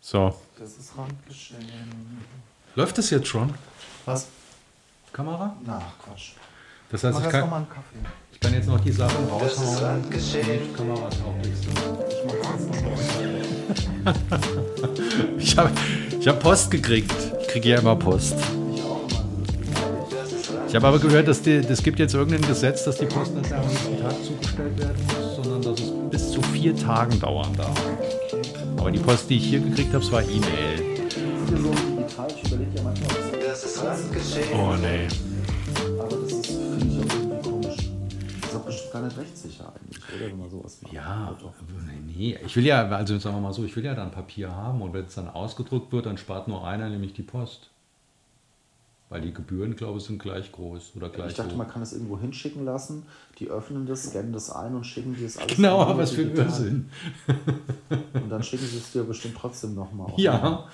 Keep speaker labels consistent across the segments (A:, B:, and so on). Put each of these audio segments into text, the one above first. A: So.
B: Das ist Randgeschehen.
A: Läuft das jetzt schon?
B: Was?
A: Kamera?
B: Na, Quatsch.
A: Das heißt, ich
B: Mach erst
A: kann,
B: nochmal einen Kaffee.
A: ich kann jetzt noch die Sachen raushauen.
B: Randgeschehen.
A: Kamera ist auch nichts.
B: Ich mach jetzt einen Schluss.
A: Ich habe ich hab Post gekriegt. Ich kriege ja immer Post.
B: Ich auch immer.
A: Ich habe aber gehört, dass die, das gibt jetzt irgendein Gesetz, dass die Post nicht mehr am nächsten Tag zugestellt werden muss, sondern dass es bis zu vier Tagen dauern darf. Aber die Post, die ich hier gekriegt habe, es war E-Mail.
B: hier so digital. Ich überlege ja manchmal, was das ist. Randgeschehen.
A: Oh nee.
B: Aber das ist, finde ich, auch irgendwie komisch. Das ist auch bestimmt gar nicht rechtssicher eigentlich, oder? Wenn man sowas macht.
A: Ja, nee. Ich will ja, also sagen wir mal so, ich will ja dann Papier haben und wenn es dann ausgedruckt wird, dann spart nur einer, nämlich die Post. Weil die Gebühren, glaube ich, sind gleich groß oder gleich
B: Ich dachte,
A: hoch.
B: man kann das irgendwo hinschicken lassen. Die öffnen das, scannen das ein und schicken dir das alles.
A: Genau,
B: in die
A: aber was für ein
B: digital.
A: Irrsinn.
B: Und dann schicken sie es dir bestimmt trotzdem nochmal.
A: Ja.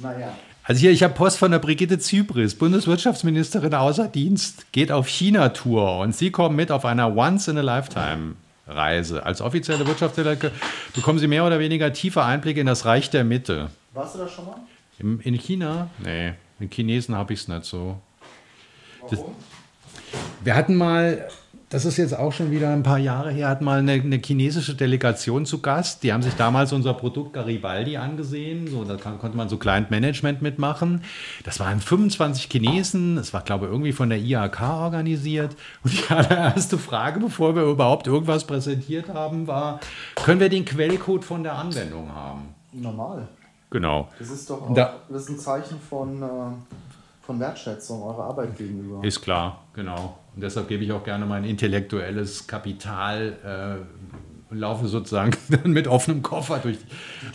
B: Naja.
A: Also hier, ich habe Post von der Brigitte Zypris, Bundeswirtschaftsministerin außer Dienst, geht auf China-Tour und Sie kommen mit auf einer Once-in-a-Lifetime-Reise. Als offizielle Wirtschaftsdelegation bekommen Sie mehr oder weniger tiefe Einblicke in das Reich der Mitte.
B: Warst du da schon mal?
A: Im, in China? Nee, in Chinesen habe ich es nicht so. Das- wir hatten mal, das ist jetzt auch schon wieder ein paar Jahre her, hat mal eine, eine chinesische Delegation zu Gast. Die haben sich damals unser Produkt Garibaldi angesehen. So, da kann, konnte man so Client Management mitmachen. Das waren 25 Chinesen. Das war, glaube ich, irgendwie von der IHK organisiert. Und die allererste Frage, bevor wir überhaupt irgendwas präsentiert haben, war, können wir den Quellcode von der Anwendung haben?
B: Normal.
A: Genau.
B: Das ist doch auch,
A: Da-
B: das ist ein Zeichen von, äh, von Wertschätzung eurer Arbeit gegenüber.
A: Ist klar, genau. Und deshalb gebe ich auch gerne mein intellektuelles Kapital äh, und laufe sozusagen dann mit offenem Koffer durch. Die,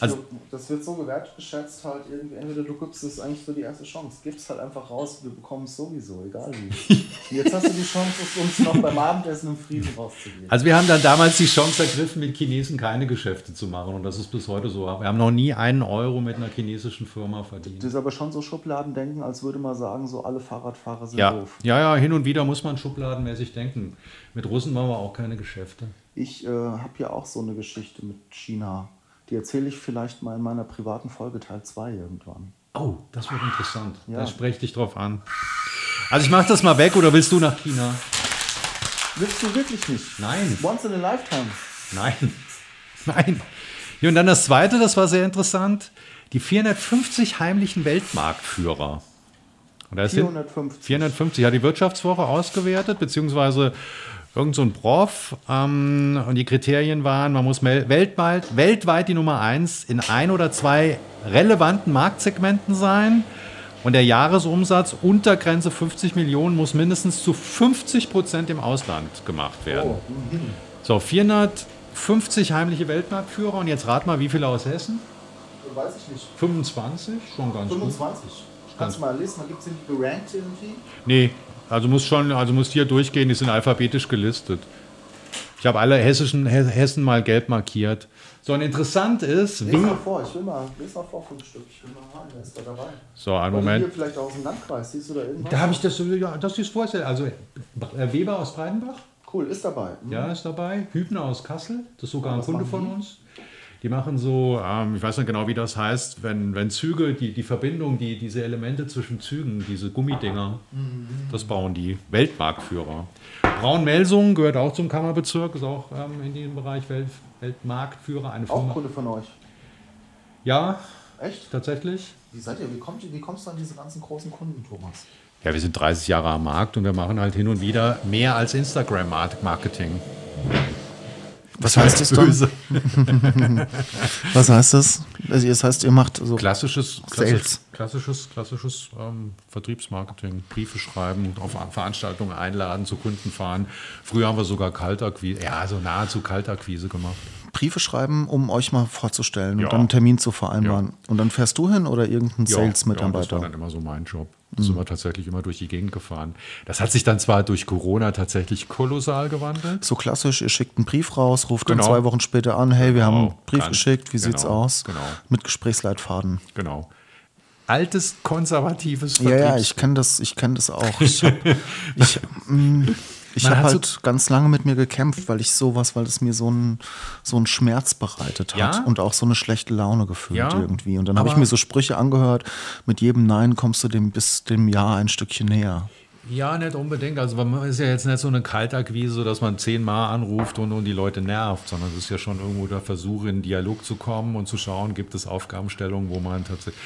A: also
B: das wird so gewertschätzt halt irgendwie, entweder du gibst es eigentlich so die erste Chance, gib's halt einfach raus, wir bekommen es sowieso, egal wie. Jetzt hast du die Chance, es uns noch beim Abendessen im Frieden rauszugeben.
A: Also wir haben dann damals die Chance ergriffen, mit Chinesen keine Geschäfte zu machen und das ist bis heute so. Wir haben noch nie einen Euro mit einer chinesischen Firma verdient.
B: Das ist aber schon so Schubladendenken, als würde man sagen, so alle Fahrradfahrer sind
A: Ja,
B: doof.
A: ja, ja, hin und wieder muss man schubladenmäßig denken. Mit Russen machen wir auch keine Geschäfte.
B: Ich äh, habe ja auch so eine Geschichte mit China. Die erzähle ich vielleicht mal in meiner privaten Folge Teil 2 irgendwann.
A: Oh, das wird interessant.
B: Ja.
A: Da spreche dich drauf an. Also ich mache das mal weg oder willst du nach China?
B: Willst du wirklich nicht?
A: Nein.
B: Once in a lifetime.
A: Nein, nein. Ja, und dann das Zweite, das war sehr interessant, die 450 heimlichen Weltmarktführer. Und da ist hin-
B: 450.
A: 450 hat die Wirtschaftswoche ausgewertet, beziehungsweise irgend so ein Prof. Ähm, und die Kriterien waren, man muss mel- weltweit, weltweit die Nummer 1 in ein oder zwei relevanten Marktsegmenten sein. Und der Jahresumsatz unter Grenze 50 Millionen muss mindestens zu 50 Prozent im Ausland gemacht werden. So, 450 heimliche Weltmarktführer und jetzt rat mal, wie viele aus Hessen?
B: Weiß ich nicht.
A: 25? Schon ganz gut.
B: 25. Kannst du mal lesen, da gibt es irgendwie gerankt irgendwie.
A: Nee, also muss schon, also muss hier durchgehen, die sind alphabetisch gelistet. Ich habe alle hessischen He- Hessen mal gelb markiert. So, und interessant ist,
B: Lies
A: wie.
B: mal vor, ich will mal, lies mal vor fünf Stück. Ich will mal rein, wer ist da dabei?
A: So, einen
B: Oder Hier
A: Moment.
B: vielleicht auch aus dem Landkreis, siehst du da irgendwas?
A: Da habe ich das, so- ja, das ist vorstellen. Also äh, Weber aus Breidenbach,
B: Cool, ist dabei. Hm?
A: ja, ist dabei. Hübner aus Kassel, das ist sogar ein
B: Was
A: Kunde
B: machen
A: von
B: die?
A: uns. Die machen so, ähm, ich weiß nicht genau, wie das heißt, wenn, wenn Züge, die, die Verbindung, die, diese Elemente zwischen Zügen, diese Gummidinger, das bauen die Weltmarktführer. Braun-Melsung gehört auch zum Kammerbezirk, ist auch ähm, in diesem Bereich Welt, Weltmarktführer. Eine
B: Auch
A: Firma.
B: Kunde von euch.
A: Ja,
B: Echt?
A: tatsächlich.
B: Wie seid ihr? Wie, kommt, ihr- wie kommst du an diese ganzen großen Kunden, Thomas?
A: Ja, wir sind 30 Jahre am Markt und wir machen halt hin und wieder mehr als Instagram-Marketing.
C: Was heißt das dann?
A: Böse.
C: Was heißt das? Also das heißt, ihr macht so
A: Klassisches, klassisch,
C: Sales.
A: klassisches, klassisches ähm, Vertriebsmarketing, Briefe schreiben, auf Veranstaltungen einladen, zu Kunden fahren. Früher haben wir sogar Kaltakquise, ja, so nahezu Kaltakquise gemacht.
C: Briefe schreiben, um euch mal vorzustellen
A: Ja.
C: und dann einen Termin zu vereinbaren. Und dann fährst du hin oder irgendein
A: Ja, Ja, das war
C: Sales-Mitarbeiter?
A: dann immer so mein Job. Da sind wir tatsächlich immer durch die Gegend gefahren. Das hat sich dann zwar durch Corona tatsächlich kolossal gewandelt.
C: so klassisch, ihr schickt einen Brief raus, ruft
A: Genau.
C: dann zwei Wochen später an, hey, wir haben
A: Genau,
C: einen Brief
A: ganz
C: geschickt, wie
A: genau,
C: sieht's aus?
A: genau.
C: Mit Gesprächsleitfaden.
A: Genau. Altes, konservatives
C: Ja, ja,
A: Vertriebs-
C: ich kenne das, ich kenne das auch. Ich hab, ich,
B: Ich
A: Man
B: habe
A: hat so-
B: halt ganz lange mit mir gekämpft, weil ich sowas, weil es mir so einen so einen Schmerz bereitet hat
A: Ja?
B: und auch so eine schlechte Laune gefühlt
A: Ja,
B: irgendwie. Und dann habe ich
A: aber-
B: mir so Sprüche angehört, mit jedem Nein kommst du dem bis dem Ja ein Stückchen näher.
A: Ja, nicht unbedingt. Also man ist ja jetzt nicht so eine Kaltakquise, dass man zehnmal anruft und, und die Leute nervt, sondern es ist ja schon irgendwo der Versuch, in Dialog zu kommen und zu schauen, gibt es Aufgabenstellungen, wo man tatsächlich.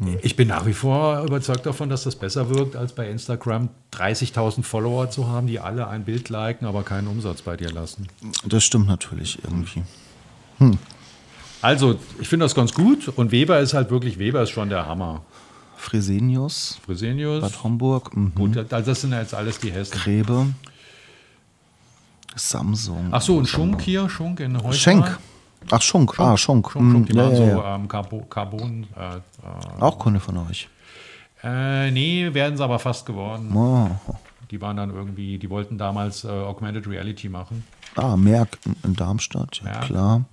B: Hm.
A: Ich bin nach wie vor überzeugt davon, dass das besser wirkt, als bei Instagram 30.000 Follower zu haben, die alle ein Bild liken, aber keinen Umsatz bei dir lassen.
B: Das stimmt natürlich irgendwie.
A: Also, ich finde das ganz gut und Weber ist halt wirklich, Weber ist schon der Hammer.
B: Fresenius,
A: Fresenius,
B: Bad Homburg, mhm.
A: gut, also das sind ja jetzt alles die Hessen.
B: Grebe, Samsung.
A: Ach so, und Schunk hier, Schunk in Heuschenheim.
B: Schenk. Ach, Schunk. Ah, Schunk.
A: Schon, schon, die
B: Hm, ja,
A: waren
B: ja,
A: so
B: ja.
A: ähm, Carbo- Carbon. Äh,
B: Auch Kunde von euch.
A: äh, äh, nee, wären sie aber fast geworden.
B: Oh.
A: Die waren dann irgendwie, die wollten damals äh, Augmented Reality machen.
B: Ah, Merck in- in Darmstadt, ja,
A: Merck.
B: klar.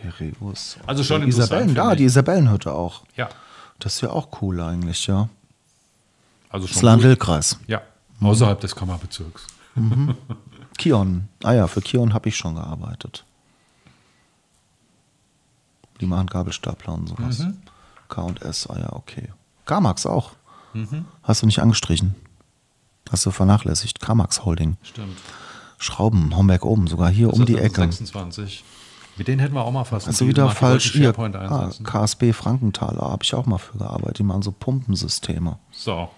B: Hereus.
A: Mhm. Also schon
B: Die
A: interessant,
B: Isabellen,
A: finde
B: da,
A: ich.
B: die Isabellenhütte auch.
A: Ja,
B: Das ist ja auch cool eigentlich, ja.
A: also schon. gut.
B: Slandl-Kreis.
A: Ja, außerhalb des Kammerbezirks.
B: Kion. Ah ja, für Kion habe ich schon gearbeitet. Die machen Gabelstapler und sowas.
A: Mhm.
B: K&S, ah ja, okay. Karmax auch.
A: Mhm.
B: Hast du nicht angestrichen. Hast du vernachlässigt. Karmax Holding.
A: Stimmt.
B: Schrauben, Homberg oben, sogar hier um
A: Das
B: die
A: hat
B: Ecke.
A: 26. Also Mit denen hätten wir auch mal fast.
B: Hast
A: einen
B: du
A: Deal
B: wieder
A: gemacht. Die wollten
B: falsch hier?
A: SharePoint
B: Ah,
A: einsetzen.
B: KSB Frankenthaler habe ich auch mal für gearbeitet. Die machen so Pumpensysteme.
A: so.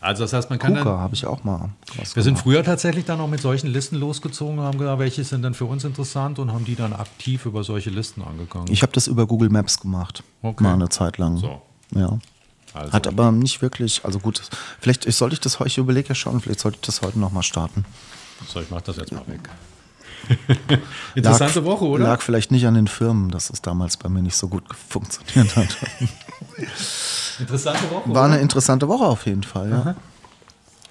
A: Also das heißt, man kann
B: Kuka
A: dann,
B: habe ich auch mal. Was
A: wir sind
B: gemacht.
A: früher tatsächlich dann auch mit solchen Listen losgezogen und haben gesagt, welche sind denn für uns interessant und haben die dann aktiv über solche Listen angegangen.
B: ich habe das über Google Maps gemacht.
A: Okay.
B: Mal eine Zeit lang.
A: So.
B: Ja.
A: Also.
B: Hat aber nicht wirklich, also gut, vielleicht ich- sollte ich das heute, ich überlege ja schon, vielleicht sollte ich das heute nochmal starten.
A: So, ich mach das jetzt mal weg.
B: Lag-
A: Interessante Woche, oder?
B: Lag vielleicht nicht an den Firmen, dass es damals bei mir nicht so gut funktioniert hat.
A: Interessante Woche.
B: War eine interessante Woche auf jeden Fall, ja.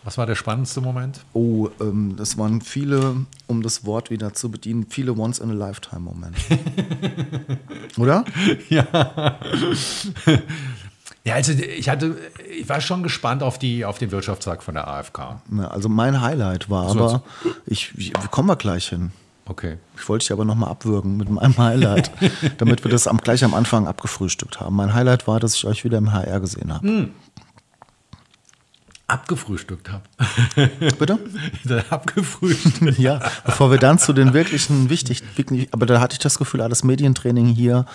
A: Was war der spannendste Moment?
B: Oh, ähm, das waren viele, um das Wort wieder zu bedienen, viele Once-in-a-Lifetime-Momente. Oder?
A: Ja. ja, also ich hatte, ich war schon gespannt auf, die, auf den Wirtschaftstag von der AfK.
B: Na, also mein Highlight war
A: So,
B: aber, ich, ich kommen wir gleich hin.
A: Okay.
B: Ich wollte dich aber nochmal abwürgen mit meinem Highlight, damit wir das am, gleich am Anfang abgefrühstückt haben. Mein Highlight war, dass ich euch wieder im HR gesehen habe.
A: Hm. Abgefrühstückt habe.
B: Bitte?
A: Abgefrühstückt.
B: Ja, bevor wir dann zu den wirklichen wichtig, wirklich- aber da hatte ich das Gefühl, alles Medientraining hier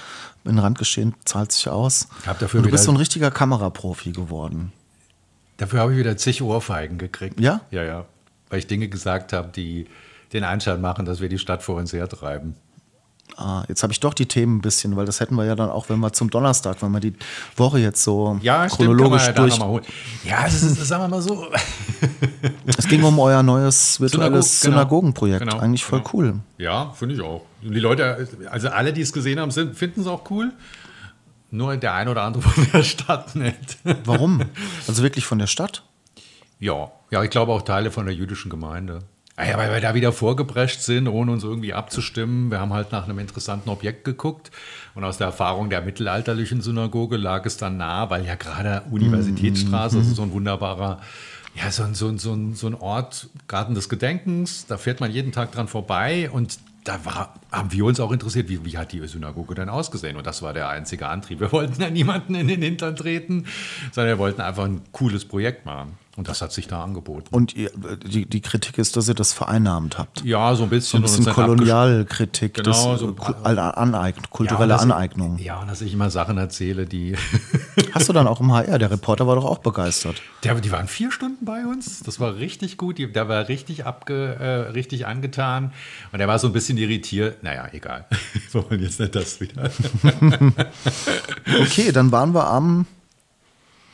B: in Randgeschehen zahlt sich aus.
A: Ich hab dafür
B: Und du bist
A: wieder-
B: so ein richtiger Kameraprofi geworden.
A: Dafür habe ich wieder zig Ohrfeigen gekriegt.
B: Ja?
A: Ja, ja. Weil ich Dinge gesagt habe, die den Anschein machen, dass wir die Stadt vor uns hertreiben.
B: Ah, jetzt habe ich doch die Themen ein bisschen, weil das hätten wir ja dann auch, wenn wir zum Donnerstag, wenn wir die Woche jetzt so
A: Ja,
B: chronologisch
A: stimmt, kann man ja da
B: durch.
A: noch mal holen. Ja, das ist, das sagen wir mal so.
B: Es ging um euer neues virtuelles
A: Synago- genau.
B: Synagogenprojekt.
A: Genau,
B: Eigentlich voll
A: genau.
B: cool.
A: Ja, finde ich auch. Die Leute, also alle, die es gesehen haben, finden es auch cool. Nur der ein oder andere von der Stadt nicht.
B: Warum? Also wirklich von der Stadt?
A: ja, ja, ich glaube auch Teile von der jüdischen Gemeinde. Ah Ja, weil wir da wieder vorgeprescht sind, ohne uns irgendwie abzustimmen. Wir haben halt nach einem interessanten Objekt geguckt. Und aus der Erfahrung der mittelalterlichen Synagoge lag es dann nah, weil ja gerade Universitätsstraße, das ist so ein wunderbarer, ja, so ein, so ein, so ein, so ein Ort, Garten des Gedenkens. Da fährt man jeden Tag dran vorbei. Und da war, haben wir uns auch interessiert, wie, wie hat die Synagoge denn ausgesehen? Und das war der einzige Antrieb. Wir wollten ja niemanden in den Hintern treten, sondern wir wollten einfach ein cooles Projekt machen. Und das hat sich da angeboten.
B: Und ihr, die, die Kritik ist, dass ihr das vereinnahmt habt.
A: Ja, so ein bisschen.
B: Ein bisschen
A: und uns dann
B: Kolonialkritik,
A: Genau,
B: das
A: so-
B: Ku- Al- Aneign-
A: abges-
B: kulturelle
A: Ja, und dass-
B: Aneignung.
A: Ja, und dass ich immer Sachen erzähle, die.
B: Hast du dann auch im HR, der Reporter war doch auch begeistert.
A: Der, die waren vier Stunden bei uns. Das war richtig gut. Die, der war richtig, abge, äh, richtig angetan. Und er war so ein bisschen irritiert. Naja, egal. Wir wollen jetzt nicht das wieder.
B: Okay, dann waren wir am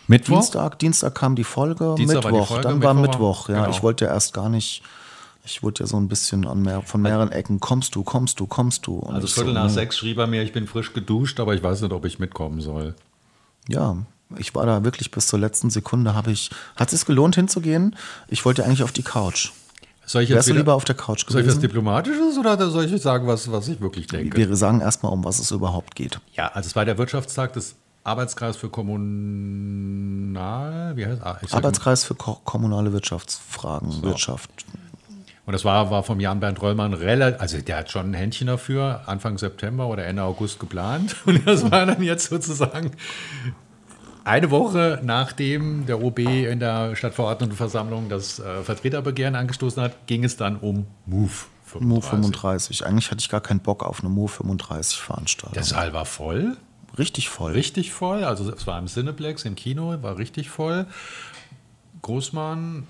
A: Mittwoch?
B: Dienstag, Dienstag kam die Folge,
A: Dienstag war die
B: Mittwoch,
A: Folge,
B: dann war
A: Mittwoch
B: Mittwoch,
A: war-
B: ja,
A: genau.
B: ich wollte ja erst gar nicht, ich wurde ja so ein bisschen an mehr, von mehreren Ecken, kommst du, kommst du, kommst du. Und
A: Also
B: ich
A: Viertel
B: so,
A: nach
B: hm.
A: sechs schrieb er mir, ich bin frisch geduscht, aber ich weiß nicht, ob ich mitkommen soll.
B: hm, Ja, ich war da wirklich bis zur letzten Sekunde, habe ich, hat es sich gelohnt hinzugehen? Ich wollte eigentlich auf die Couch.
A: Soll ich jetzt
B: Wärst du
A: wieder-
B: lieber auf der Couch
A: Soll ich was
B: gewesen?
A: Diplomatisches oder soll ich sagen, was, was ich wirklich denke?
B: Wir sagen erstmal, um was es überhaupt geht.
A: Ja, also es war der Wirtschaftstag des Arbeitskreis für Kommunal, wie heißt ah, ich sag-
B: Arbeitskreis für ko kommunale Wirtschaftsfragen, Wirtschaft.
A: Und das war, war vom Jan Bernd Röllmann relativ, also der hat schon ein Händchen dafür, Anfang September oder Ende August geplant. Und das war dann jetzt sozusagen eine Woche nachdem der OB in der Stadtverordnetenversammlung das äh, Vertreterbegehren angestoßen hat, ging es dann um Move 35.
B: Mo 35. Eigentlich hatte ich gar keinen Bock auf eine Mo 35 Veranstaltung.
A: Der Saal war voll.
B: richtig voll.
A: richtig voll. Also es war im Cineplex, im Kino, war richtig voll. Großmann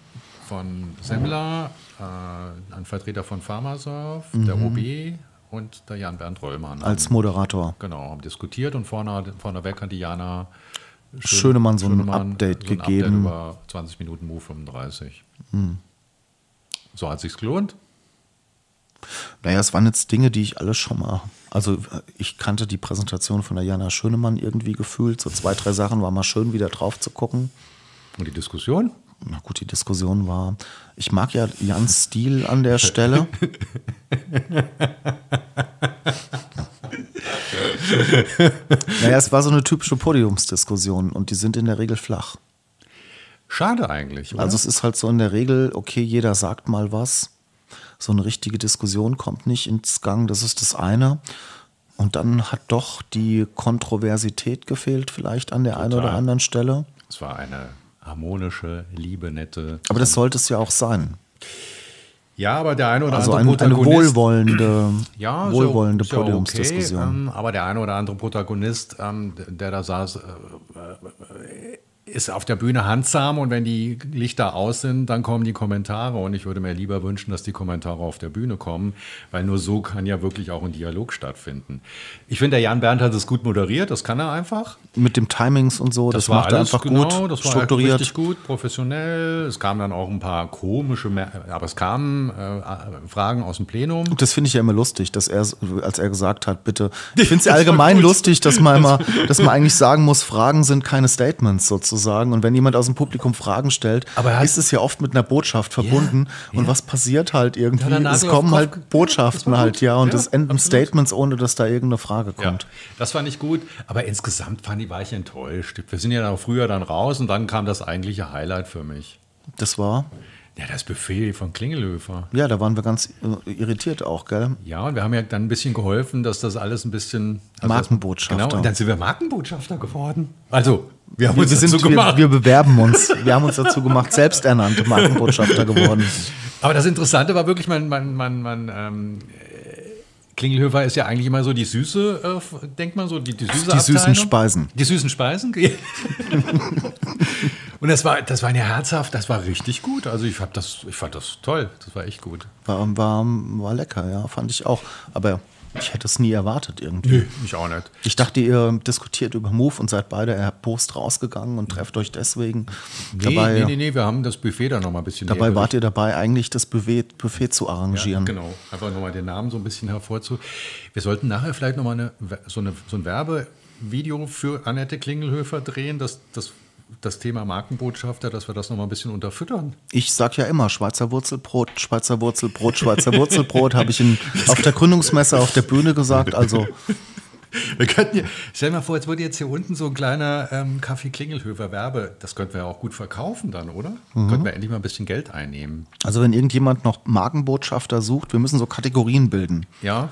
A: von Semmler, äh, ein Vertreter von Pharmasurf, der OB und der Jan-Bernd Röllmann.
B: Mhm. Als Moderator.
A: genau, haben diskutiert und vorne, hat- vorneweg hat die Jana Schö-
B: Schönemann so ein
A: Schönemann
B: Update
A: so ein
B: gegeben. Mhm.
A: über 20 Minuten Move 35. So hat sich's gelohnt.
B: Naja, es waren jetzt Dinge, die ich alle schon mal. Also, äh, ich kannte die Präsentation von der Jana Schönemann irgendwie gefühlt. So zwei, drei Sachen war mal schön, wieder drauf zu gucken.
A: Und die Diskussion?
B: Na gut, die Diskussion war. Ich mag ja Jans Stil an der Stelle. naja, es war so eine typische Podiumsdiskussion und die sind in der Regel flach.
A: Schade eigentlich. Oder?
B: Also es ist halt so in der Regel, okay, jeder sagt mal was. So eine richtige Diskussion kommt nicht ins Gang, das ist das eine. Und dann hat doch die Kontroversität gefehlt, vielleicht an der einen oder
A: Total.
B: anderen Stelle.
A: es war eine harmonische, liebe, nette.
B: Aber das sollte es ja auch sein.
A: Ja, aber der eine oder
B: Also
A: andere
B: ein, eine
A: Protagonist
B: wohlwollende,
A: ja,
B: wohlwollende
A: ist ja- ist ja
B: Podiumsdiskussion.
A: Okay, ähm, aber der eine oder andere Protagonist, ähm, der da saß, äh, äh, ist auf der Bühne handsam und wenn die Lichter aus sind, dann kommen die Kommentare und ich würde mir lieber wünschen, dass die Kommentare auf der Bühne kommen, weil nur so kann ja wirklich auch ein Dialog stattfinden. Ich finde, der Jan Bernd hat es gut moderiert, das kann er einfach.
B: Mit dem Timings und so, das, macht er einfach
A: genau,
B: gut,
A: das war
B: strukturiert.
A: richtig gut, professionell. Es kamen dann auch ein paar komische, Mer- aber es kamen äh, Fragen aus dem Plenum.
B: Das finde ich ja immer lustig, dass er, als er gesagt hat, bitte. Ich finde es ja allgemein lustig, dass man immer, dass man eigentlich sagen muss, Fragen sind keine Statements sozusagen. Und wenn jemand aus dem Publikum Fragen stellt,
A: Aber er hat-
B: ist es ja oft mit einer Botschaft verbunden. und was passiert halt irgendwie?
A: der Nagel
B: Es
A: auf
B: kommen
A: den Kopf.
B: halt Botschaften
A: Das war
B: halt,
A: gut.
B: ja. Und
A: Ja,
B: das enden
A: absolut.
B: Statements, ohne dass da irgendeine Frage kommt.
A: Ja, das war nicht gut, aber insgesamt fand ich, war ich enttäuscht. Wir sind ja dann früher dann raus und dann kam das eigentliche Highlight für mich.
B: Das war,
A: Ja, das Buffet von Klingelhöfer.
B: ja, da waren wir ganz äh, irritiert auch, gell?
A: Ja, und wir haben ja dann ein bisschen geholfen, dass das alles ein bisschen. Also
B: Markenbotschafter.
A: Genau, und dann sind wir Markenbotschafter geworden. Also, wir haben
B: Wir,
A: uns dazu
B: sind, wir,
A: gemacht.
B: wir bewerben uns. Wir haben uns dazu gemacht, selbsternannte Markenbotschafter geworden.
A: Aber das Interessante war wirklich, man, man, man, man ähm, äh, Klingelhöfer ist ja eigentlich immer so die süße, äh, f- denkt man so, die, die süße
B: Die süßen
A: Abteilung.
B: Speisen.
A: Die süßen Speisen. Und das war, das war ja herzhaft, das war richtig gut. Also ich hab das, ich fand das toll, das war echt gut.
B: War, war, war lecker, ja, fand ich auch. Aber ich hätte es nie erwartet irgendwie.
A: Nö, ich auch nicht.
B: Ich dachte, ihr diskutiert über Move und seid beide erbost rausgegangen und trefft euch deswegen.
A: Nee,
B: dabei
A: nee, nee, nee, wir haben das Buffet da nochmal ein bisschen
B: dabei
A: näher
B: wart ihr dabei, eigentlich das Buffet, Buffet zu arrangieren.
A: Genau, einfach nochmal den Namen so ein bisschen hervorzu. Wir sollten nachher vielleicht nochmal eine, so, eine, so ein Werbevideo für Annette Klingelhöfer drehen, das, das, das Thema Markenbotschafter, dass wir das nochmal ein bisschen unterfüttern.
B: Ich sag ja immer, Schweizer Wurzelbrot, Schweizer Wurzelbrot, Schweizer Wurzelbrot, habe ich in, auf der Gründungsmesse auf der Bühne gesagt. Also
A: Wir könnten ja, stell dir mal vor, jetzt würde jetzt hier unten so ein kleiner ähm, Kaffee Klingelhöfer Werbe, das könnten wir ja auch gut verkaufen dann, oder? Könnten wir endlich mal ein bisschen Geld einnehmen.
B: Also wenn irgendjemand noch Markenbotschafter sucht, wir müssen so Kategorien bilden.
A: Ja,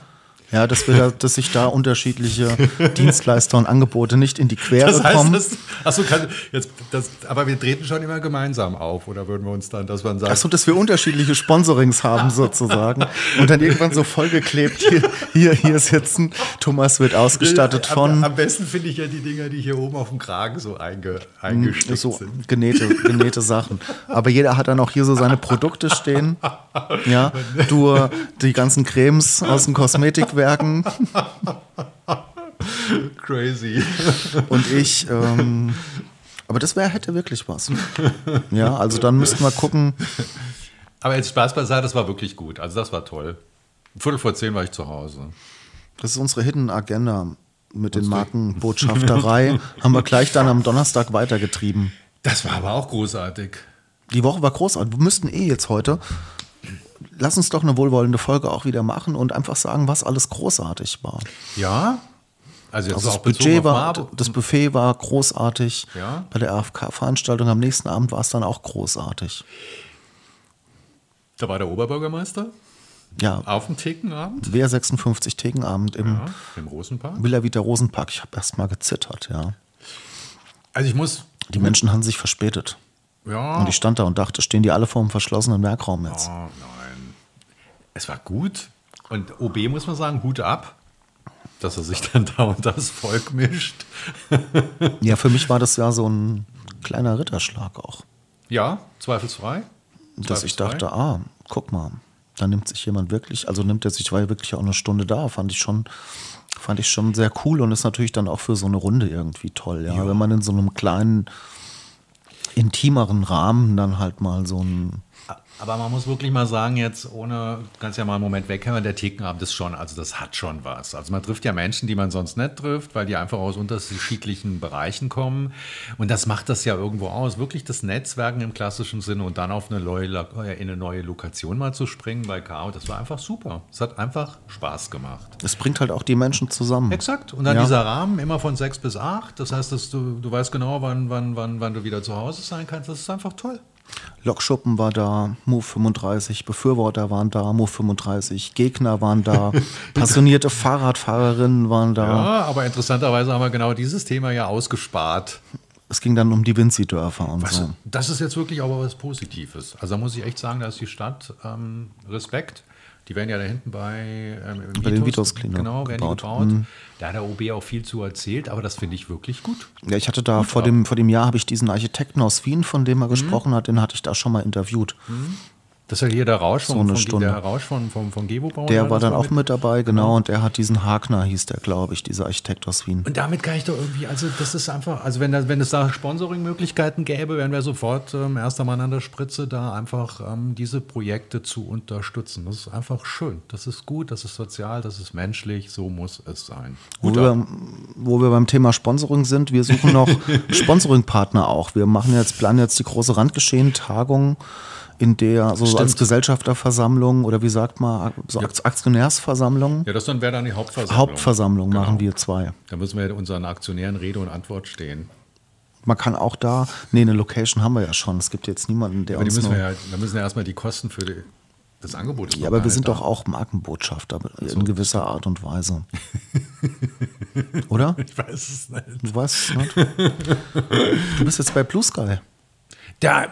B: Ja, dass, wir da, dass sich da unterschiedliche Dienstleister und Angebote nicht in die Quere
A: Das heißt,
B: kommen.
A: das, achso, kann, jetzt, das, aber wir treten schon immer gemeinsam auf, oder würden wir uns dann, dass man sagt,
B: Achso, dass wir unterschiedliche Sponsorings haben sozusagen und dann irgendwann so vollgeklebt hier, hier, hier sitzen. Thomas wird ausgestattet
A: Am-
B: von
A: Äh, Am besten finde ich ja die Dinger, die hier oben auf dem Kragen so einge, eingestickt
B: Hm, so
A: sind.
B: genähte, genähte Sachen. Aber jeder hat dann auch hier so seine Produkte stehen. Ja, du äh, die ganzen Cremes aus den Kosmetikwerken
A: Crazy.
B: und ich. Ähm, aber das wäre hätte wirklich was. Ja, also dann müssten wir gucken.
A: Aber jetzt Spaß beiseite, das war wirklich gut. Also das war toll. Um Viertel vor zehn war ich zu Hause.
B: Das ist unsere Hidden Agenda mit den Markenbotschafterei. Haben wir gleich dann am Donnerstag weitergetrieben.
A: Das war aber auch großartig.
B: Die Woche war großartig. Wir müssten eh jetzt heute. Lass uns doch eine wohlwollende Folge auch wieder machen und einfach sagen, was alles großartig war.
A: Ja? Also jetzt
B: Also das
A: auch bezogen
B: Budget
A: auf
B: war,
A: Marburg.
B: das Buffet war großartig.
A: Ja?
B: Bei der AFK-Veranstaltung am nächsten Abend war es dann auch großartig.
A: Da war der Oberbürgermeister
B: Ja,
A: auf dem Thekenabend
B: wer 56 Thekenabend im
A: ja, im Rosenpark.
B: Villa Vita Rosenpark. Ich habe erst mal gezittert, ja.
A: Also ich muss,
B: Die Menschen haben sich verspätet.
A: ja,
B: Und ich stand da und dachte, stehen die alle vor dem verschlossenen Werkraum jetzt?
A: Ah, nein. Es war gut. Und OB muss man sagen, Hut ab, dass er sich dann da und das Volk mischt.
B: Ja, für mich war das ja so ein kleiner Ritterschlag auch.
A: Ja, zweifelsfrei.
B: Dass ich
A: Zweifelsfrei.
B: dachte, ah, guck mal, da nimmt sich jemand wirklich, also nimmt er sich, ich war ja wirklich auch eine Stunde da, fand ich schon, fand ich schon sehr cool und ist natürlich dann auch für so eine Runde irgendwie toll, ja. Wenn man in so einem kleinen, intimeren Rahmen dann halt mal so ein,
A: Aber man muss wirklich mal sagen, jetzt ohne, kannst ja mal einen Moment weghören, der Thekenabend ist schon, also das hat schon was. Also man trifft ja Menschen, die man sonst nicht trifft, weil die einfach aus unterschiedlichen Bereichen kommen. Und das macht das ja irgendwo aus. Wirklich das Netzwerken im klassischen Sinne und dann auf eine neue, Lo- äh, in eine neue Lokation mal zu springen bei K.O., das war einfach super. Es hat einfach Spaß gemacht.
B: es bringt halt auch die Menschen zusammen.
A: Exakt. Und dann
B: Ja.
A: dieser Rahmen immer von sechs bis acht. Das heißt, dass du, du weißt genau, wann, wann, wann, wann du wieder zu Hause sein kannst. Das ist einfach toll.
B: Lokschuppen war da, Move 35 Befürworter waren da, Move 35 Gegner waren da, passionierte Fahrradfahrerinnen waren da.
A: Ja, Ah, aber interessanterweise haben wir genau dieses Thema ja ausgespart.
B: Es ging dann um die Winzi-Dörfer und
A: Was,
B: so.
A: Das ist jetzt wirklich aber was Positives. Also da muss ich echt sagen, da ist die Stadt ähm, Respekt. Die werden ja da hinten bei, ähm, im
B: Bei den
A: Vitos,
B: Vitos Cleanup
A: genau, werden
B: gebaut. Mhm.
A: Die gebaut. Da hat der OB auch viel zu erzählt, aber das finde ich wirklich gut.
B: Ja, ich hatte da vor dem, vor dem Jahr habe ich diesen Architekten aus Wien, von dem
A: Mhm.
B: er gesprochen hat, den hatte ich da schon mal interviewt.
A: Das ist ja hier der Rausch
B: So eine
A: von, von,
B: Stunde.
A: der Rausch von, von, von Gebobauer.
B: Der war dann auch
A: mit.
B: mit dabei, genau, und er hat diesen Hagner, hieß der, glaube ich, dieser Architekt aus Wien.
A: Und damit kann ich doch irgendwie, also das ist einfach, also wenn, da, wenn es da Sponsoring-Möglichkeiten gäbe, wären wir sofort ähm, erster Mann an der Spritze, da einfach ähm, diese Projekte zu unterstützen. Das ist einfach schön. Das ist gut, das ist sozial, das ist menschlich, so muss es sein.
B: Wo
A: Hut ab.
B: wir, wo wir beim Thema Sponsoring sind, wir suchen noch Sponsoring-Partner auch. Wir machen jetzt, planen jetzt die große Randgeschehen-Tagung, in der so als Gesellschafterversammlung oder wie sagt man, so als Aktionärsversammlung,
A: Ja, das dann wäre dann die Hauptversammlung.
B: Hauptversammlung machen
A: Genau.
B: wir zwei.
A: Da müssen wir unseren Aktionären Rede und Antwort stehen.
B: Man kann auch da, nee, eine Location haben wir ja schon. Es gibt jetzt niemanden, der
A: Aber die
B: uns
A: müssen
B: nur,
A: wir ja, da müssen ja erstmal die Kosten für die, das Angebot. ist
B: genau. Ja,
A: noch
B: aber
A: gar
B: wir
A: nicht
B: sind
A: da. Also
B: doch auch Markenbotschafter in gewisser Art und Weise. Oder?
A: Ich weiß es nicht.
B: Du weißt es nicht. Du bist jetzt bei Blue Sky.
A: Der,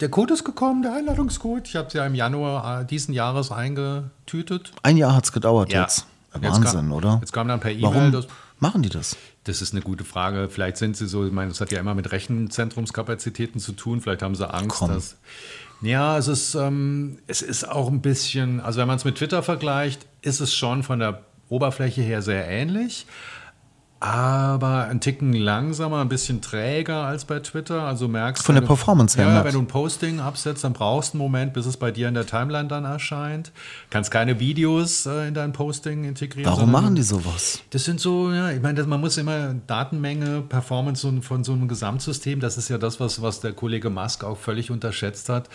A: der Code ist gekommen, der Einladungscode. Ich habe es ja im Januar äh, diesen Jahres eingetütet.
B: Ein Jahr hat es gedauert jetzt.
A: Jetzt
B: Wahnsinn,
A: kam,
B: oder?
A: Jetzt kam dann per E-Mail.
B: Warum
A: Das,
B: machen die das?
A: das ist eine gute Frage. Vielleicht sind sie so, ich meine, das hat ja immer mit Rechenzentrumskapazitäten zu tun. Vielleicht haben sie Angst,
B: Komm.
A: dass. Ja, es ist, ähm, es ist auch ein bisschen, also wenn man es mit Twitter vergleicht, ist es schon von der Oberfläche her sehr ähnlich. Aber ein Ticken langsamer, ein bisschen träger als bei Twitter. Also merkst
B: Von
A: du-
B: der Performance her,
A: Ja,
B: ne?
A: wenn du ein Posting absetzt, dann brauchst du einen Moment, bis es bei dir in der Timeline dann erscheint. Kannst keine Videos äh, in dein Posting integrieren.
B: Warum
A: sondern-
B: machen die sowas?
A: das sind so, ja, ich meine, das- man muss immer Datenmenge, Performance so- von so einem Gesamtsystem, das ist ja das, was, was der Kollege Musk auch völlig unterschätzt hat.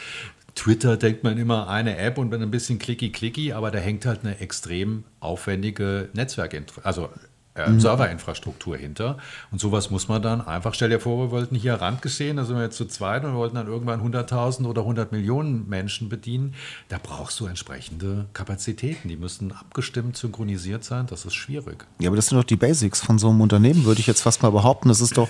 A: Twitter denkt man immer eine App und dann ein bisschen klicky-klicky, aber da hängt halt eine extrem aufwendige Netzwerk, also äh, Serverinfrastruktur hinter. Und sowas muss man dann einfach, stell dir vor, wir wollten hier Rand gesehen, da sind wir jetzt zu zweit und wir wollten dann irgendwann 100.000 oder 100 Millionen Menschen bedienen. Da brauchst du entsprechende Kapazitäten. Die müssen abgestimmt, synchronisiert sein. Das ist schwierig.
B: Ja, aber das sind doch die Basics von so einem Unternehmen, würde ich jetzt fast mal behaupten. Das ist doch,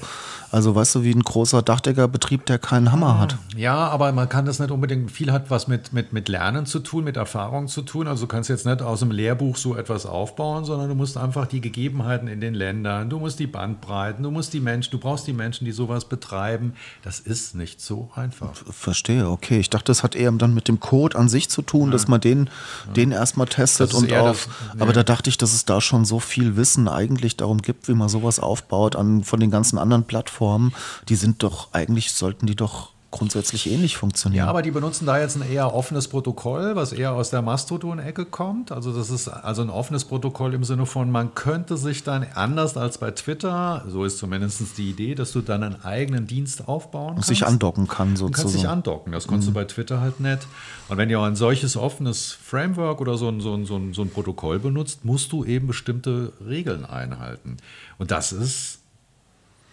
B: also weißt du, wie ein großer Dachdeckerbetrieb, der keinen Hammer hat.
A: Ja, aber man kann das nicht unbedingt. Viel hat was mit, mit, mit Lernen zu tun, mit Erfahrung zu tun. Also du kannst jetzt nicht aus dem Lehrbuch so etwas aufbauen, sondern du musst einfach die Gegebenheiten in den Ländern, du musst die Bandbreiten, du musst die Menschen, du brauchst die Menschen, die sowas betreiben. Das ist nicht so einfach.
B: Verstehe, okay. Ich dachte, das hat eher dann mit dem Code an sich zu tun, dass man den, den erstmal testet
A: Das ist
B: und
A: eher
B: auf.
A: das-
B: Aber da dachte ich, dass es da schon so viel Wissen eigentlich darum gibt, wie man sowas aufbaut an, von den ganzen anderen Plattformen. Die sind doch, eigentlich sollten die doch grundsätzlich ähnlich funktionieren.
A: Ja, aber die benutzen da jetzt ein eher offenes Protokoll, was eher aus der Mastodon-Ecke kommt. Also das ist also ein offenes Protokoll im Sinne von, man könnte sich dann anders als bei Twitter, so ist zumindest die Idee, dass du dann einen eigenen Dienst aufbauen
B: und
A: kannst.
B: sich andocken kann
A: Du kannst dich
B: sozusagen.
A: andocken, das konntest du bei Twitter halt nicht. Und wenn ihr ein solches offenes Framework oder so ein, so, ein, so, ein, so ein Protokoll benutzt, musst du eben bestimmte Regeln einhalten. Und das ist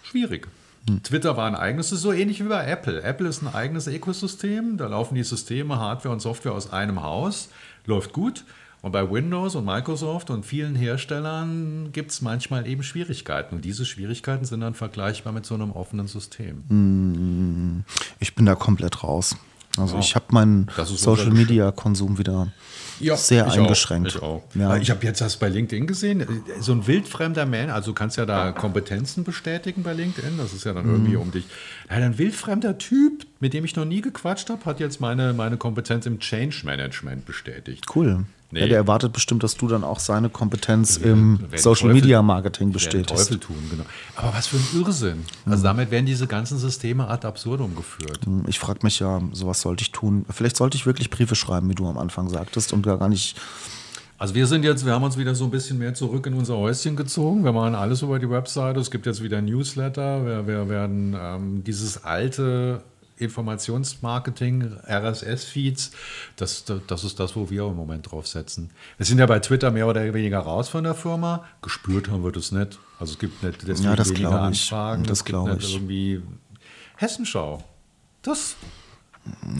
A: schwierig. Twitter war ein eigenes, das ist so ähnlich wie bei Apple. Apple ist ein eigenes Ökosystem, da laufen die Systeme, Hardware und Software aus einem Haus, läuft gut. Und bei Windows und Microsoft und vielen Herstellern gibt es manchmal eben Schwierigkeiten. Und diese Schwierigkeiten sind dann vergleichbar mit so einem offenen System.
B: Ich bin da komplett raus. Also
A: Ja.
B: ich habe meinen
A: Das ist unser
B: Social Media Konsum wieder sehr
A: ich
B: eingeschränkt.
A: Auch, ich auch.
B: Ja.
A: Ich habe jetzt das bei LinkedIn gesehen, so ein wildfremder Mensch, also du kannst ja da Kompetenzen bestätigen bei LinkedIn, das ist ja dann irgendwie
B: Mhm.
A: um dich. Ja, ein wildfremder Typ, mit dem ich noch nie gequatscht habe, hat jetzt meine, meine Kompetenz im Change Management bestätigt.
B: Cool.
A: Nee.
B: Ja, der erwartet bestimmt, dass du dann auch seine Kompetenz im
A: Wer den
B: Hm. Social
A: Teufel-
B: Media Marketing
A: Der den
B: bestätigst.
A: Teufel
B: Mhm.
A: tun, genau. Aber was für ein Irrsinn. Also damit werden diese ganzen Systeme ad absurdum geführt.
B: Ich frage mich ja, sowas sollte ich tun. Vielleicht sollte ich wirklich Briefe schreiben, wie du am Anfang sagtest, und gar nicht.
A: Also wir sind jetzt, wir haben uns wieder so ein bisschen mehr zurück in unser Häuschen gezogen. Wir machen alles über die Webseite. Es gibt jetzt wieder Newsletter. Wir, wir werden ähm, dieses alte Informationsmarketing, RSS-Feeds, das, das ist das, wo wir im Moment drauf setzen. Wir sind ja bei Twitter mehr oder weniger raus von der Firma. Gespürt haben wir das nicht. Also es gibt nicht deswegen
B: Ja, das
A: weniger
B: glaub ich.
A: Anfragen.
B: Das
A: Es gibt
B: glaub
A: nicht
B: ich.
A: Irgendwie Hessenschau. Das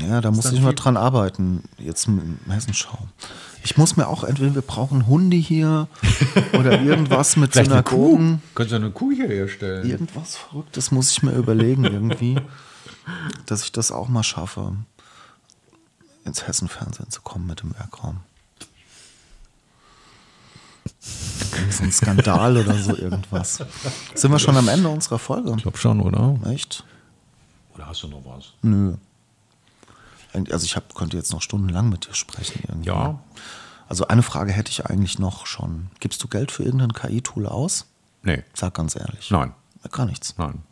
B: Ja, da muss
A: dann
B: ich mal
A: viel-
B: dran arbeiten. Jetzt im Hessenschau. Ich muss mir auch entweder wir brauchen Hunde hier oder irgendwas mit
A: Vielleicht eine
B: Synagogen.
A: Könntest du eine Kuh hier herstellen?
B: Irgendwas Verrücktes muss ich mir überlegen irgendwie, dass ich das auch mal schaffe, ins Hessenfernsehen zu kommen mit dem Werkraum. Irgend So ein Skandal oder so irgendwas. Sind wir schon am Ende unserer Folge?
A: glaube schon, oder?
B: Echt?
A: Oder hast du noch was?
B: Nö. Eigentlich- Also ich hab, könnte jetzt noch stundenlang mit dir sprechen. Irgendwie.
A: Ja.
B: Also eine Frage hätte ich eigentlich noch schon. Gibst du Geld für irgendein KI-Tool aus?
A: Nee.
B: Sag ganz ehrlich.
A: Nein.
B: Gar nichts.
A: Nein.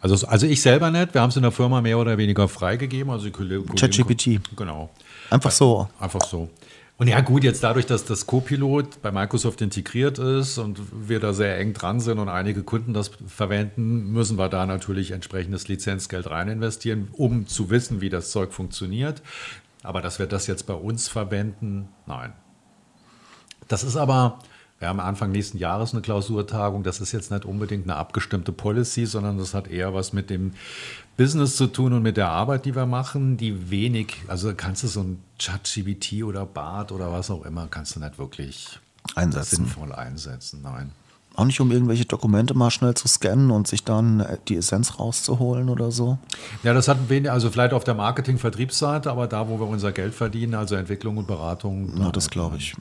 A: Also, also ich selber nicht. Wir haben es in der Firma mehr oder weniger freigegeben. Also die Kollegen-
B: ChatGPT.
A: Genau.
B: Einfach so.
A: Einfach so. Und ja gut, jetzt dadurch, dass das Copilot bei Microsoft integriert ist und wir da sehr eng dran sind und einige Kunden das verwenden, müssen wir da natürlich entsprechendes Lizenzgeld rein investieren, um zu wissen, wie das Zeug funktioniert. Aber dass wir das jetzt bei uns verwenden, nein. Das ist aber, wir haben Anfang nächsten Jahres eine Klausurtagung, das ist jetzt nicht unbedingt eine abgestimmte Policy, sondern das hat eher was mit dem Business zu tun und mit der Arbeit, die wir machen, die wenig, also kannst du so ein ChatGBT oder BART oder was auch immer, kannst du nicht wirklich
B: Einsetzen.
A: sinnvoll einsetzen, nein.
B: Auch nicht, um irgendwelche Dokumente mal schnell zu scannen und sich dann äh, die Essenz rauszuholen oder so.
A: Ja, das hat wenig, also vielleicht auf der Marketing-Vertriebsseite, aber da, wo wir unser Geld verdienen, also Entwicklung und Beratung.
B: Na,
A: da
B: das
A: nicht.
B: glaube ich.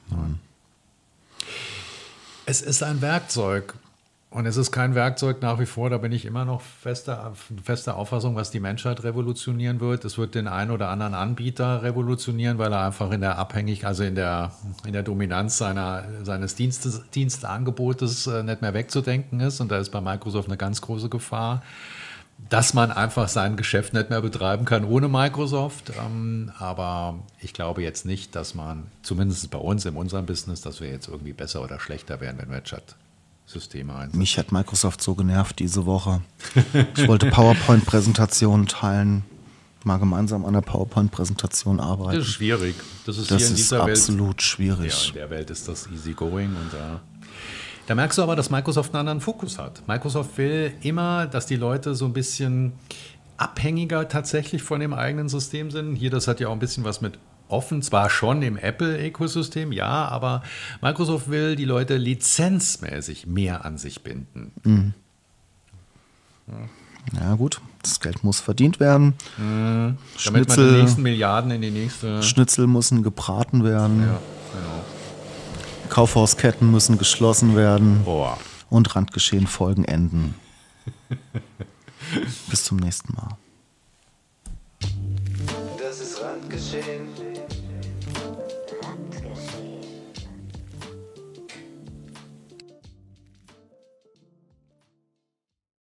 A: Es ist ein Werkzeug. Und es ist kein Werkzeug nach wie vor, da bin ich immer noch fester, fester Auffassung, was die Menschheit revolutionieren wird. Es wird den einen oder anderen Anbieter revolutionieren, weil er einfach in der Abhängig, also in der, in der Dominanz seiner, seines Dienstes, Dienstangebotes äh, nicht mehr wegzudenken ist. Und da ist bei Microsoft eine ganz große Gefahr dass man einfach sein Geschäft nicht mehr betreiben kann ohne Microsoft. Ähm, aber ich glaube jetzt nicht, dass man, zumindest bei uns in unserem Business, dass wir jetzt irgendwie besser oder schlechter werden, wenn wir Chat-Systeme einsetzen.
B: Mich hat Microsoft so genervt diese Woche. Ich wollte PowerPoint-Präsentationen teilen, mal gemeinsam an der PowerPoint-Präsentation
A: Das
B: arbeiten.
A: ist schwierig. Das ist
B: Das
A: hier in
B: ist
A: dieser Welt
B: absolut
A: Ja,
B: schwierig.
A: in der Welt ist das easy going und da. Da merkst du aber, dass Microsoft einen anderen Fokus hat. Microsoft will immer, dass die Leute so ein bisschen abhängiger tatsächlich von dem eigenen System sind. Hier, das hat ja auch ein bisschen was mit offen, zwar schon im Apple-Ökosystem, ja, aber Microsoft will die Leute lizenzmäßig mehr an sich binden.
B: Ja, gut, das Geld muss verdient werden.
A: Mhm. Damit man die
B: Schnitzel,
A: nächsten Milliarden in die nächste.
B: Schnitzel müssen gebraten werden,
A: Ja, genau.
B: Kaufhausketten müssen geschlossen werden
A: Boah.
B: und Randgeschehen folgen enden. Bis zum nächsten Mal.
D: Das ist Randgeschehen.